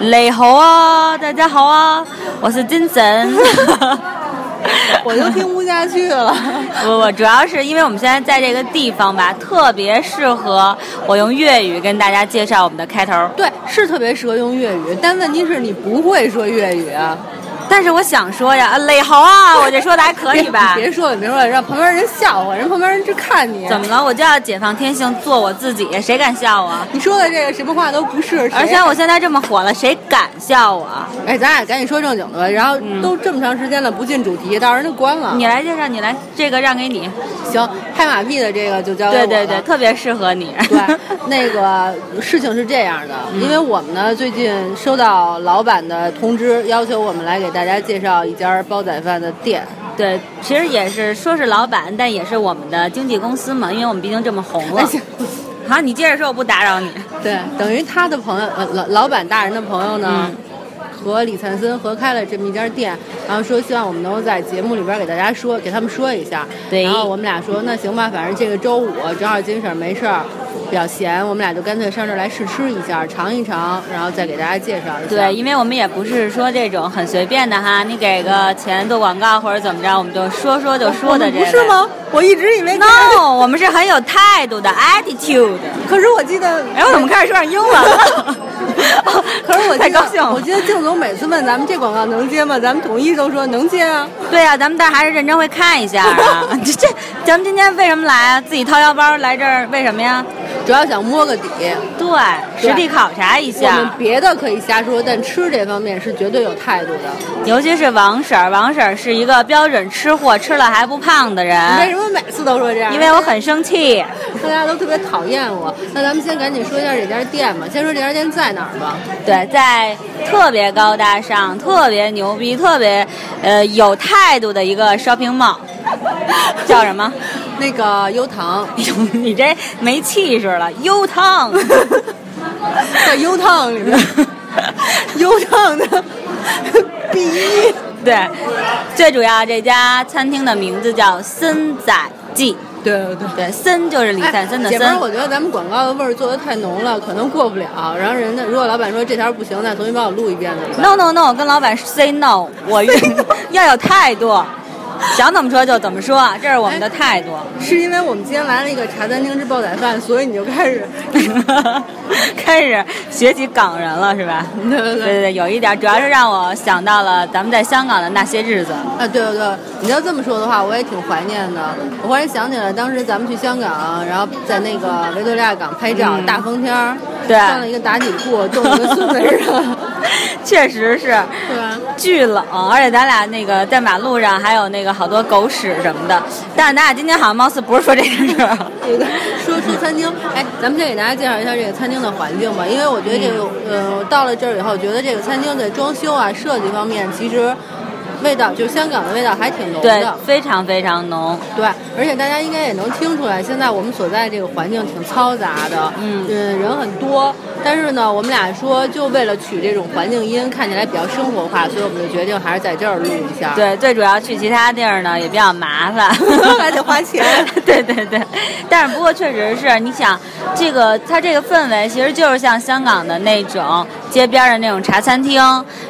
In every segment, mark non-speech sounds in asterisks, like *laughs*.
雷猴啊，大家好啊，我是金神。 *laughs* 我都听不下去了。 *laughs* 不不，主要是因为我们现在在这个地方吧，特别适合我用粤语跟大家介绍我们的开头。对，是特别适合用粤语，但问题是你不会说粤语啊。但是我想说呀，啊磊猴啊，我这说的还可以吧 *laughs* 别？别说了，别说了，让旁边人笑话，人旁边人去看你。怎么了？我就要解放天性，做我自己，谁敢笑我？你说的这个什么话都不是，谁而且我现在这么火了，谁敢笑我？哎，咱俩赶紧说正经的吧。然后都这么长时间了，不进主题，到时候人就关了。嗯你来介绍，你来，这个让给你。行，拍马屁的这个就交给我对了对对，特别适合你。对，那个事情是这样的，嗯因为我们呢最近收到老板的通知，要求我们来给大家介绍一家煲仔饭的店。对，其实也是说是老板，但也是我们的经纪公司嘛，因为我们毕竟这么红了 *laughs* 哎。行 *laughs* 好，你接着说，我不打扰 *laughs* 你。对，等于他的朋友，呃，老老板大人的朋友呢，和李灿森合开了这么一家店，然后说希望我们能够在节目里边给大家说，给他们说一下。对然后我们俩说，那行吧，反正这个周五正好金婶儿没事儿，比较闲，我们俩就干脆上这儿来试吃一下，尝一尝，然后再给大家介绍一下。对，因为我们也不是说这种很随便的哈，你给个钱做广告或者怎么着，我们就说说就说的这我们哦不是吗？我一直以为 *laughs* ？No，我们是很有态度的 attitude。可是我记得，哎，我怎么开始说上英文 *laughs* 了？啊可是我记得太高兴了 *laughs* 我记得静总每次问咱们这广告能接吗？咱们统一都说能接啊。对呀、咱们但还是认真会看一下 *laughs* 啊。这这，咱们今天为什么来啊？自己掏腰包来这儿，为什么呀？主要想摸个底，对，实地考察一我们下，别的可以瞎说，但吃这方面是绝对有态度的。尤其是王婶儿，王婶儿是一个标准吃货，吃了还不胖的你为人。什么每次都说这样？哎因为我很生气，大家都特别讨厌我。那咱们先赶紧说一下这家店吧。先说这家店在哪儿吧。对，在特别高大上、特别牛逼、特别呃有态度的一个 shopping mall，叫什么？ *laughs* 那个优唐，哎呦，你这没气势了，U *laughs* Town。在优唐里面，优唐的第一。对，最主要这家餐厅的名字叫森仔记，对对对。对，森就是李灿森的哎姐妹儿，森。我觉得咱们广告的味儿做的太浓了，可能过不了。然后人家如果老板说这条不行，那重新帮我录一遍怎么办？ No no no，跟老板 say no，我要有态度，想怎么说就怎么说，这是我们的态度。是因为我们今天来了一个茶餐厅之煲仔饭，所以你就开始， *laughs* 开始学起港人了是吧？哎 *laughs* 对对对对对，有一点，主要是让我想到了咱们在香港的那些日子。啊，对对对，你要这么说的话，我也挺怀念的。我忽然想起来，当时咱们去香港，然后在那个维多利亚港拍照，大风天儿，嗯对穿了一个打底裤，冻得跟孙子似 *laughs* 的， *laughs* 确实是，对吧？巨冷，而且咱俩那个在马路上还有那个好多狗屎什么的。但是咱俩今天好像貌似不是说这件事 *laughs* 儿。这个说说餐厅，哎，咱们先给大家介绍一下这个餐厅的环境吧，因为我觉得这个，嗯呃，我到了这儿以后，觉得这个餐厅在装修啊、设计方面，其实味道就是香港的味道还挺浓对的，，非常非常浓。对，而且大家应该也能听出来，现在我们所在这个环境挺嘈杂的，嗯人很多。但是呢，我们俩说就为了取这种环境音，看起来比较生活化，所以我们就决定还是在这儿录一下。，，对，最主要去其他地儿呢也比较麻烦 *laughs* 还得花钱。 *laughs* 对对对，但是不过确实是，你想这个它这个氛围其实就是像香港的那种街边儿的那种茶餐厅，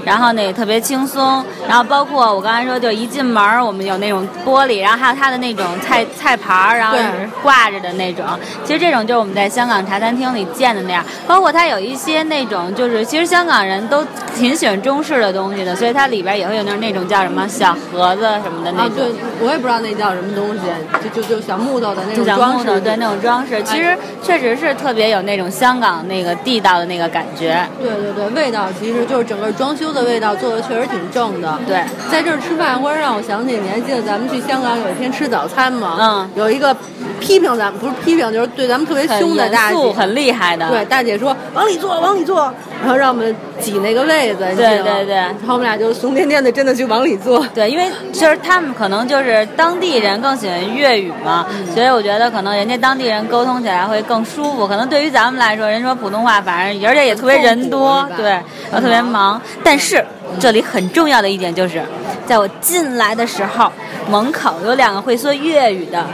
然后呢也特别轻松，然后包括我刚才说，就一进门儿我们有那种玻璃，然后还有它的那种菜菜盘儿，然后对是挂着的那种。其实这种就是我们在香港茶餐厅里见的那样，包括它有一些那种就是，其实香港人都挺喜欢中式的东西的，所以它里边儿也会有那种那种叫什么小盒子什么的那啊，种对。，我也不知道那叫什么东西，就就就小木头的哎那就种像装木饰，头对那种装饰，其实确实是特别有那种香港那个地道的那个感觉。对对对，味道其实就是整个装修的味道做的确实挺正的。对，在这儿吃饭，忽然让我想起，你还记得咱们去香港有一天吃早餐吗？嗯，有一个批评咱们，不是批评，就是对咱们特别很凶的严大肃姐。很厉害的。对，大姐说往里坐，往里坐，然后让我们挤那个位子。你记对得吗对对然后我们俩就怂颠颠的，真的去往里坐。对，因为其实他们可能就是当地人更喜欢粤语嘛，所以我觉得可能人家当地人沟通起来会更舒服。可能对于咱们来说，人说普通话，反正而且也特别人多很痛苦，对对吧，然后特别忙。但是这里很重要的一点就是，在我进来的时候，门口有两个会说粤语的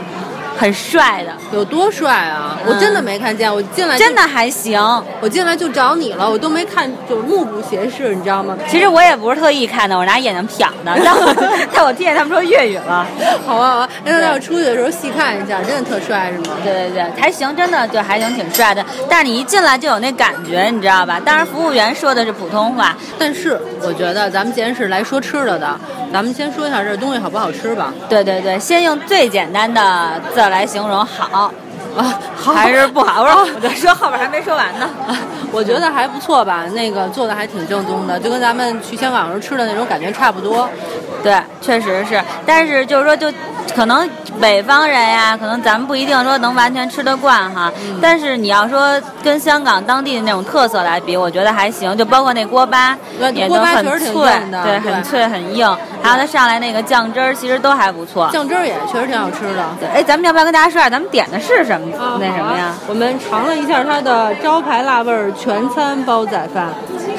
很帅的，有多帅啊！我真的没看见，我进来就真的，还行。我进来就找你了，我都没看，就目不斜视，你知道吗？其实我也不是特意看的，我拿眼睛瞟的，但我 *laughs* 但我听见他们说粤语了。 *laughs* 好啊好啊，那待会儿出去的时候细看一下，真的特帅是吗？对对对，还行，真的对，还行，挺帅的。但是你一进来就有那感觉，你知道吧？当然，服务员说的是普通话，但是我觉得咱们既然是来说吃的的，咱们先说一下这东西好不好吃吧。对对对，先用最简单的字来形容好， *laughs* 啊，好 *laughs* 还是不好？我说我就说后边还没说完呢。我觉得还不错吧，那个做的还挺正宗的，就跟咱们去香港时候吃的那种感觉差不多。对，确实是，但是就是说就，可能北方人呀，可能咱们不一定说能完全吃得惯哈。嗯但是你要说跟香港当地的那种特色来比，我觉得还行，就包括那锅巴对也锅都巴很确实脆，挺硬的对，对很脆很硬。还有它上来那个酱汁儿，其实都还不错。酱汁儿也确实挺好吃的。对，哎，咱们要不要跟大家说一下咱们点的是什么、啊那什么呀？？好啊我们尝了一下它的招牌辣味儿全餐煲仔饭，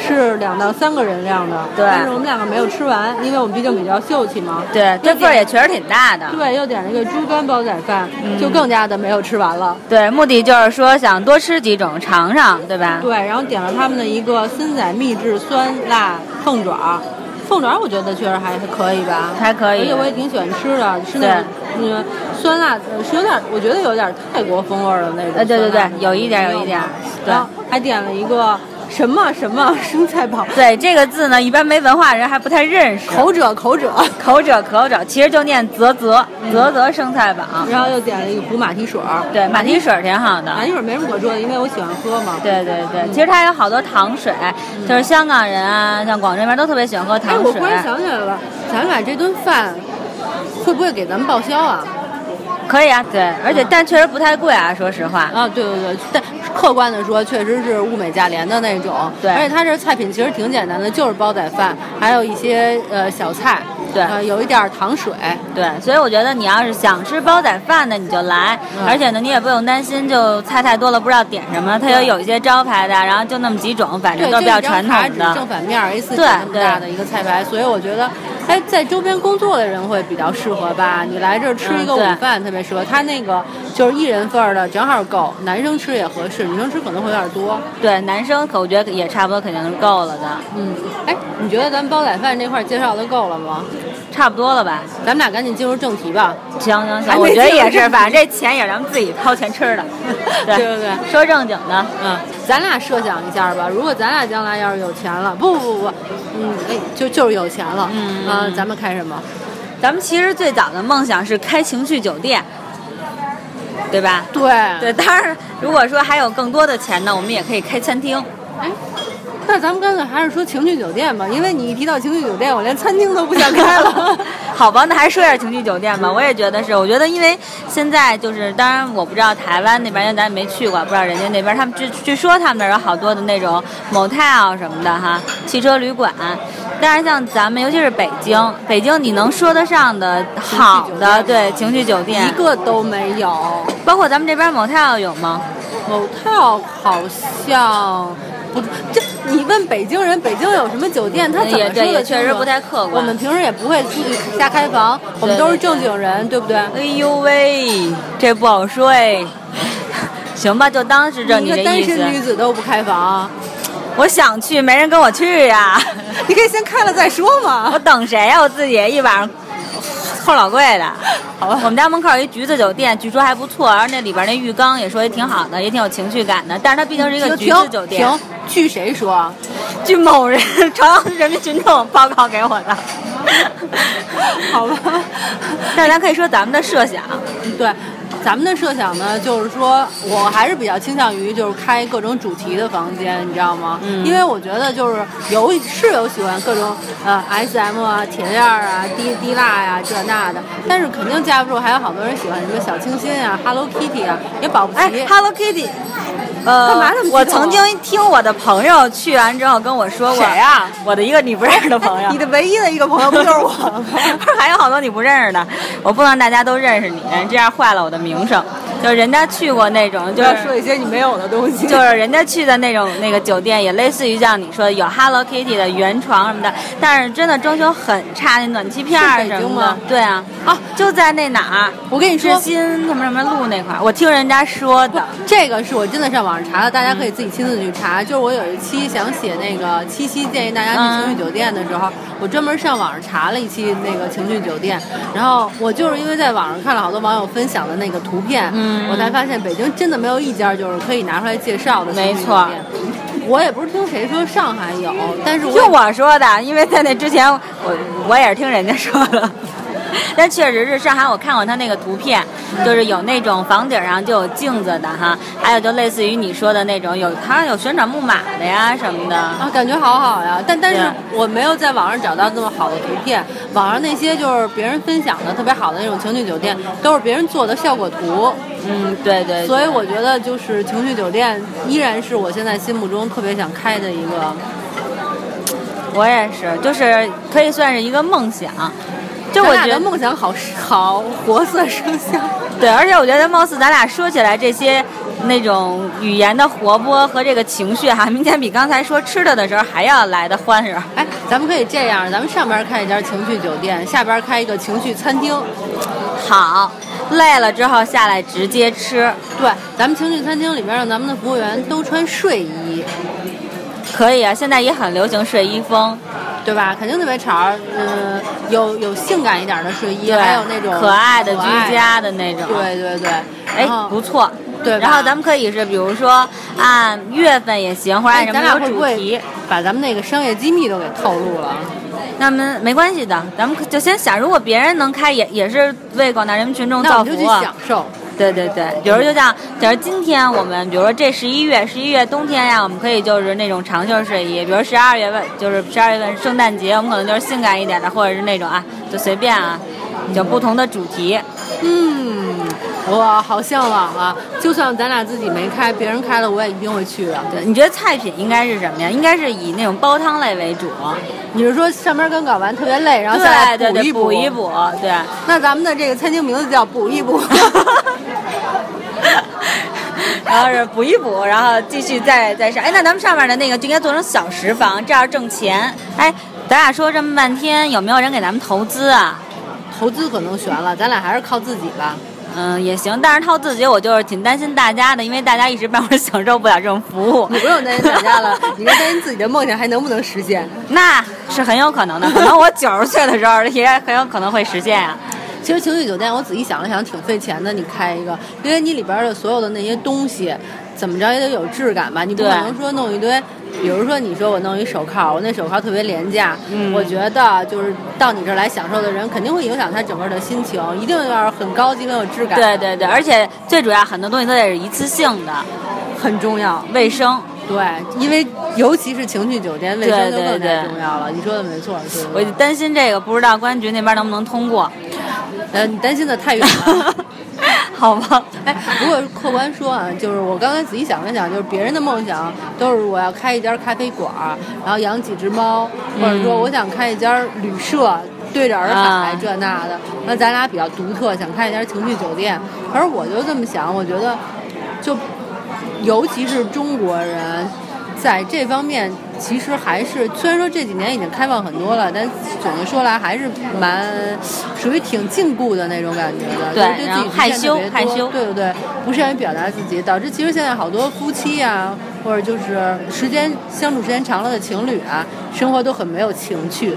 是两到三个人量的。对但是我们两个没有吃完，因为我们毕竟比较秀气嘛。对，这份儿也确实挺大的。对，又点了一个猪肝煲仔饭，就更加的没有吃完了。对，目的就是说想多吃几种尝尝，对吧？对，然后点了他们的一个森仔秘制酸辣凤爪儿，凤爪儿我觉得确实还可以吧，还可以而且我也挺喜欢吃的，是那种嗯酸辣，呃是有点儿，我觉得有点儿泰国风味儿的那种酸辣的那种。呃对对对有一点儿有一点儿对然后还点了一个什么什么蔬菜 *laughs* 煲，对这个字呢，一般没文化人还不太认识。口者口者，口者可者，其实就念啧啧嗯啧啧生菜榜。然后又点了一壶马蹄水 *laughs* 儿，对，马蹄水挺好的马。蹄水儿没什么可说的，因为我喜欢喝嘛。对对对，其实它有好多糖水，就是香港人啊，像广州那边都特别喜欢喝嗯哎，糖我水忽，然想起来了，咱们俩这顿饭会不会给咱们报销啊？可以啊，对，嗯而且但确实不太贵啊，说实话。啊，对对对，但客观的说，确实是物美价廉的那种。对而且它这菜品其实挺简单的，就是煲仔饭，还有一些呃小菜，对呃，有一点儿糖水。对，所以我觉得你要是想吃煲仔饭的，你就来，嗯而且呢，你也不用担心就菜太多了不知道点什么，它有有一些招牌的，然后就那么几种，反嗯对，正就都是是一比较张传卡统纸的正。反面儿 A 四纸对那么对大的一个菜牌，所以我觉得，哎，在周边工作的人会比较适合吧。你来这儿吃一个嗯午对饭特别适合，它那个就是一人份儿的，正好够，男生吃也合适，女生吃可能会有点多。对，男生可我觉得也差不多肯定是够了的，嗯，哎，你觉得咱们煲仔饭这块儿介绍的够了吗？差不多了吧？咱们俩赶紧进入正题吧。行行还行，我没觉得进入也是，正。反正这钱也是咱们自己掏钱吃的 *laughs* 对对对说正经的，嗯，咱俩设想一下吧，如果咱俩将来要是有钱了，不不不不，嗯，哎，就就是有钱了，嗯啊，咱们开什么？咱们其实最早的梦想是开情趣酒店，对吧？对对，，当然，如果说还有更多的钱呢，我们也可以开餐厅。哎，那咱们干脆还是说情趣酒店吧，因为你一提到情趣酒店，我连餐厅都不想开了。 *laughs* 好吧，那还说一下情趣酒店吧。我也觉得是，我觉得因为现在就是，当然我不知道台湾那边，因为咱也没去过，不知道人家那边，他们据据说他们那儿有好多的那种 motel 什么的哈，汽车旅馆。但是像咱们，尤其是北京，北京你能说得上的好的，对情趣酒店一，个都没有包括咱们这边 motel 有吗？ ，motel 好像不，这你问北京人，北京有什么酒店，他怎么也说对，的也确实不太客观。啊我们平时也不会出去瞎开房，我们都是正经人，对不对？哎呦喂，这不好说哎。 *laughs* 行吧，就当是这你你一的个单意身女思。子都不开房，我想去，没人跟我去呀、你可以先开了再说嘛 *laughs* 我。等谁呀、我自己一晚上后老贵的。好我们家门口有一橘子酒店，据说还不错，然后那里边那浴缸也说也挺好的，也挺有情趣感的。但是它毕竟是一个橘子酒店。停，据谁说？嗯据某人 *laughs* 朝阳人民群众报告给我 *laughs* 的。好吧，但是咱可以说咱们的设想，对。咱们的设想呢，就是说，我还是比较倾向于就是开各种主题的房间，你知道吗？嗯因为我觉得就是有是有喜欢各种呃 S M 啊、铁链儿啊、滴滴蜡呀、这那的，但是肯定架不住还有好多人喜欢什么小清新啊、Hello Kitty 啊，也保不齐。哎，Hello Kitty。呃，干嘛那么激动啊我曾经听我的朋友去完之后跟我说过，谁啊我的一个哎你不认识的朋 *laughs* 友，你的唯一的一个朋友不就是我 *laughs* *laughs* 吗？还有好多你不认识的，我不能大家都认识你，这样坏了我的名声。就是人家去过那种，不就是要说一些你没有的东西。就是人家去的那种那个酒店，也类似于像你说的有 Hello Kitty 的原床什么的，但是真的装修很差，那暖气片儿是北什京么吗的。对啊，啊，就在那哪儿，我跟你知说，新什么什么路那块儿，我听人家说的。这个是我真的上网上查的，大家可以自己亲自去查。就是我有一期想写那个七夕建议大家去情趣酒店的时候，我专门上网上查了一期那个情趣酒店，然后我就是因为在网上看了好多网友分享的那个图片，嗯我才发现北京真的没有一家就是可以拿出来介绍的情趣酒店。我也不是听谁说上海有，*laughs* 但是我听我说的，因为在那之前我我也是听人家说的。 *laughs* 但确实是上海，我看过他那个图片，就是有那种房顶上就有镜子的哈，还有就类似于你说的那种有，好像有旋转木马的呀什么的。啊，感觉好好呀！但但是对我没有在网上找到那么好的图片，网上那些就是别人分享的特别好的那种情趣酒店，都是别人做的效果图。嗯，对对对所以我觉得就是情趣酒店依然是我现在心目中特别想开的一个。我也是，就是可以算是一个梦想。就咱我俩觉的得，梦想好好活色生香。 *laughs* 对，而且我觉得貌似咱俩说起来这些那种语言的活泼和这个情绪哈，明显比刚才说吃的的时候还要来的欢实。哎，咱们可以这样，咱们上边开一家情趣酒店，下边开一个情趣餐厅。好，累了之后下来直接吃，对，咱们情趣餐厅里边让咱们的服务员都穿睡衣。可以啊。现在也很流行睡衣风，对吧？肯定特别潮儿，嗯、有有性感一点的睡衣，对，还有那种可爱的可居家的那种。对对对，哎然，后不错。对吧然后咱们可以是，比如说按月份也行，或者按哎，什咱俩么会有不主题会。把咱们那个商业机密都给透露了？那么没关系的，咱们就先想，如果别人能开，也也是为广大人民群众那造我们就福去啊。享受。对对对，比如就像，假如今天我们，比如说这十一月，十一月冬天呀，我们可以就是那种长袖睡衣，比如十二月份，就是十二月份圣诞节，我们可能就是性感一点的，或者是那种啊，就随便啊，有不同的主题。嗯，哇，好向往啊！就算咱俩自己没开，别人开了我也一定会去的。啊对，你觉得菜品应该是什么呀？应该是以那种煲汤类为主，你是说上边刚搞完特别累，然后下来对对对，补补一一。补，对。那咱们的这个餐厅名字叫补 *laughs* 一补。 *laughs* 然后是补一补，然后继续再再上。哎，那咱们上面的那个就应该做成小食房，这样挣钱。哎，咱俩说这么半天，有没有人给咱们投资啊？投资可能悬了，咱俩还是靠自己吧。嗯，也行，但是靠自己，我就是挺担心大家的，因为大家一时半会儿享受不了这种服 *laughs* 务。 *laughs* 你不用担心打架了，你就担心自己的梦想还能不能实现。那是很有可能的，可能我九十岁的时候也很有可能会实现啊。其实情趣酒店，我仔细想了想，挺费钱的。你开一个，因为你里边的所有的那些东西，怎么着也得有质感吧？你不可对能说弄一堆，比如说你说我弄一手铐，我那手铐特别廉价，嗯我觉得就是到你这儿来享受的人，肯定会影响他整个的心情，一定要很高级、很有质感，对，对对，而且最主要很多东西都得是一次性的，很重要。卫生。对，因为尤其是情趣酒店，卫生就对对更加对重要了。你说的没错，对对我就担心这个，不知道公安局那边能不能通 *laughs* 过。呃，你担心的太远 *laughs* 了。好吧，哎，不过客观说啊，就是我刚才仔细想了想，就是别人的梦想都是我要开一家咖啡馆儿，然后养几只猫，或者说我想开一家旅社，对着洱海啊这那的。那咱俩比较独特，想开一家情趣酒店。可是我就这么想，我觉得就尤其是中国人。在这方面，其实还是虽然说这几年已经开放很多了，但总的说来还是蛮属于挺禁锢的那种感觉的，对就是对然自后己局限害羞害特别多羞对对对，不善于表达自己，导致其实现在好多夫妻啊，或者就是时间相处时间长了的情侣啊，生活都很没有情趣，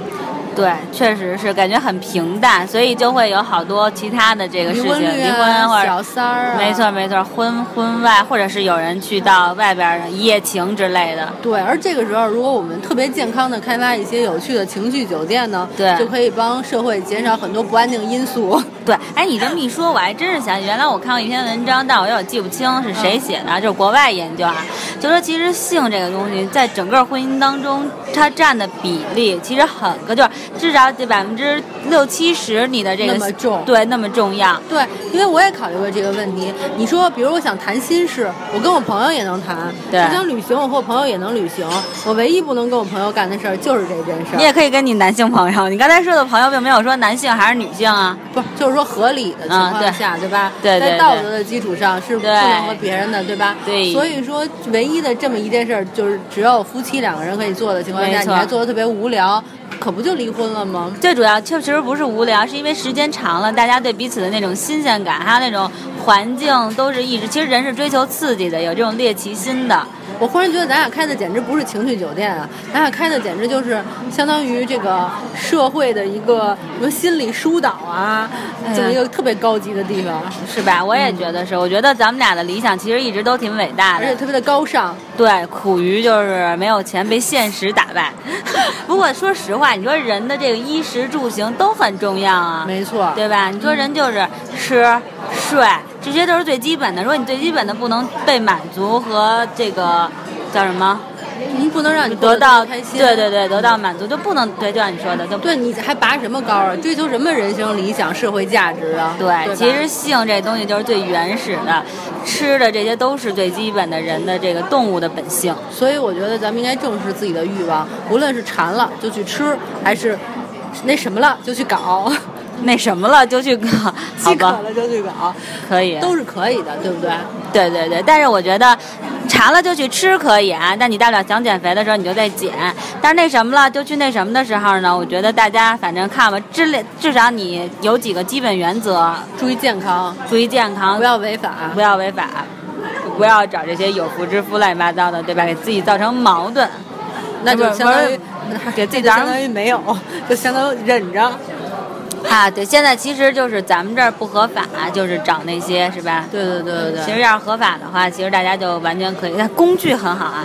对，确实是感觉很平淡，所以就会有好多其他的这个离事情，婚率离啊、婚或小者三儿啊，没错。没错，婚婚外，或者是有人去到外边儿一夜情之类的。对，而这个时候，如果我们特别健康的开发一些有趣的情趣酒店呢，对就可以帮社会减少很多不安定因素。 *laughs* 对，哎，你这么一说，我还真是想起原来我看过一篇文章，但我有点记不清是谁写的，就是国外研究啊，就说其实性这个东西在整个婚姻当中，它占的比例其实很高，就是至少得百分之六七十，你的这个那么重啊对，那么重要。对，因为我也考虑过这个问题。你说，比如我想谈心事，我跟我朋友也能谈；对我想旅行，我和我朋友也能旅行。我唯一不能跟我朋友干的事儿就是这件事你儿。也可以跟你男性朋友，你刚才说的朋友并没有说男性还是女性啊，不是，就是说合理的情况下，嗯对对吧？对对在道德的基础上是不对能和别人的，对吧？对所以说，唯一的这么一件事儿，就是只有夫妻两个人可以做的情况下，没你错还做的特别无聊，可不就离婚了吗？最主要确实不是无聊，是因为时间长了，大家对彼此的那种新鲜感，还有那种环境都是一直。其实人是追求刺激的，有这种猎奇心的。我忽然觉得咱俩开的简直不是情趣酒店啊，咱俩开的简直就是相当于这个社会的一个什么心理疏导啊，呀这么一个特别高级的地方，是吧？我嗯也觉得是，我觉得咱们俩的理想其实一直都挺伟大而的且，特别的高尚。对，苦于就是没有钱被现实打败。 *laughs* 不过说实话，你说人的这个衣食住行都很重要啊，没错，嗯对吧？你说人就是吃、睡，这些都是最基本的。如果你最基本的不能被满足和这个叫什么您不能让你过得得到，开心，对对对，得到满足就不能对，就像你说的，就不对，你还拔什么高啊？追求什么人生理想、社会价值啊？对，吧其实性这东西就是最原始的，吃的这些都是最基本的人的这个动物的本性。所以我觉得咱们应该正视自己的欲望，无论是馋了就去吃，还是那什么了就去搞，那什么了，就去搞，好饥渴吧，了就去搞，可以，都是可以的，对不对？对对对。但是我觉得，馋了就去吃可以啊，但你大不了想减肥的时候你就再减。但是那什么了，就去那什么的时候呢，我觉得大家反正看吧，至至少你有几个基本原则，注意健康，注意健康，不要违法不。要违法，不要找这些有妇之夫乱七八糟的，对吧？给自己造成矛盾。那就不是相当于不是给自己就当相当于没有，就相当于忍着。啊，对，现在其实就是咱们这儿不合法，就是找那些是吧？对对对对其对，实要是合法的话，其实大家就完全可以。但工具很好啊，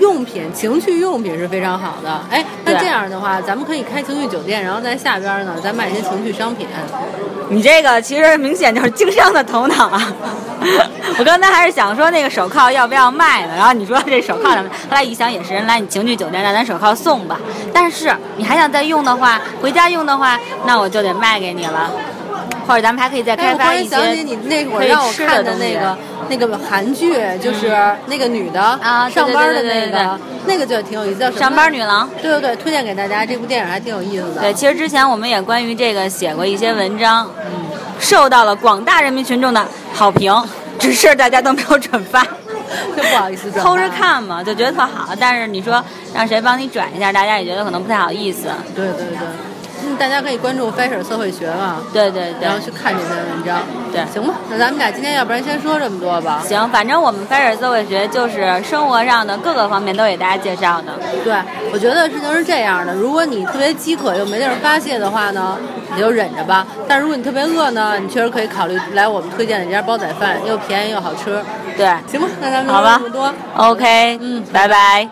用品、情趣用品是非常好的。哎，那对这样的话，咱们可以开情趣酒店，然后在下边呢，咱卖一些情趣商品。你这个其实明显就是经商的头脑啊。 *laughs* 我刚才还是想说那个手铐要不要卖呢，然后你说这手铐怎么？后来一想也是，人来你情趣酒店让咱手铐送吧。但是你还想再用的话，回家用的话，那我就得卖给你了，或者咱们还可以再哎，开我忽发然一些。想起你那会儿可以让我吃看的的东西嗯那个那个韩剧，就是那个女的啊对上班的对对那对对个，那个就挺有意思，叫什么上班女。郎。对对对，推荐给大家，这部电影还挺有意思的。对，其实之前我们也关于这个写过一些文章，嗯受到了广大人民群众的好评，只是大家都没有转发， *laughs* 就不好意思转发偷着看嘛，就觉得特好。但是你说让谁帮你转一下，大家也觉得可能不太好意思。对对对，嗯，大家可以关注 Fashion 社会学嘛，对对对然，后去看这篇文章。对行吧，那咱们俩今天要不然先说这么多吧。行，反正我们 f a 社会学就是生活上的各个方面都给大家介绍的。对，我觉得事情是这样的，如果你特别饥渴又没地儿发泄的话呢，你就忍着吧。但如果你特别饿呢，你确实可以考虑来我们推荐的这家煲仔饭，又便宜又好吃。对行吧，那咱们就好吧聊这么多。 ，OK，嗯拜拜。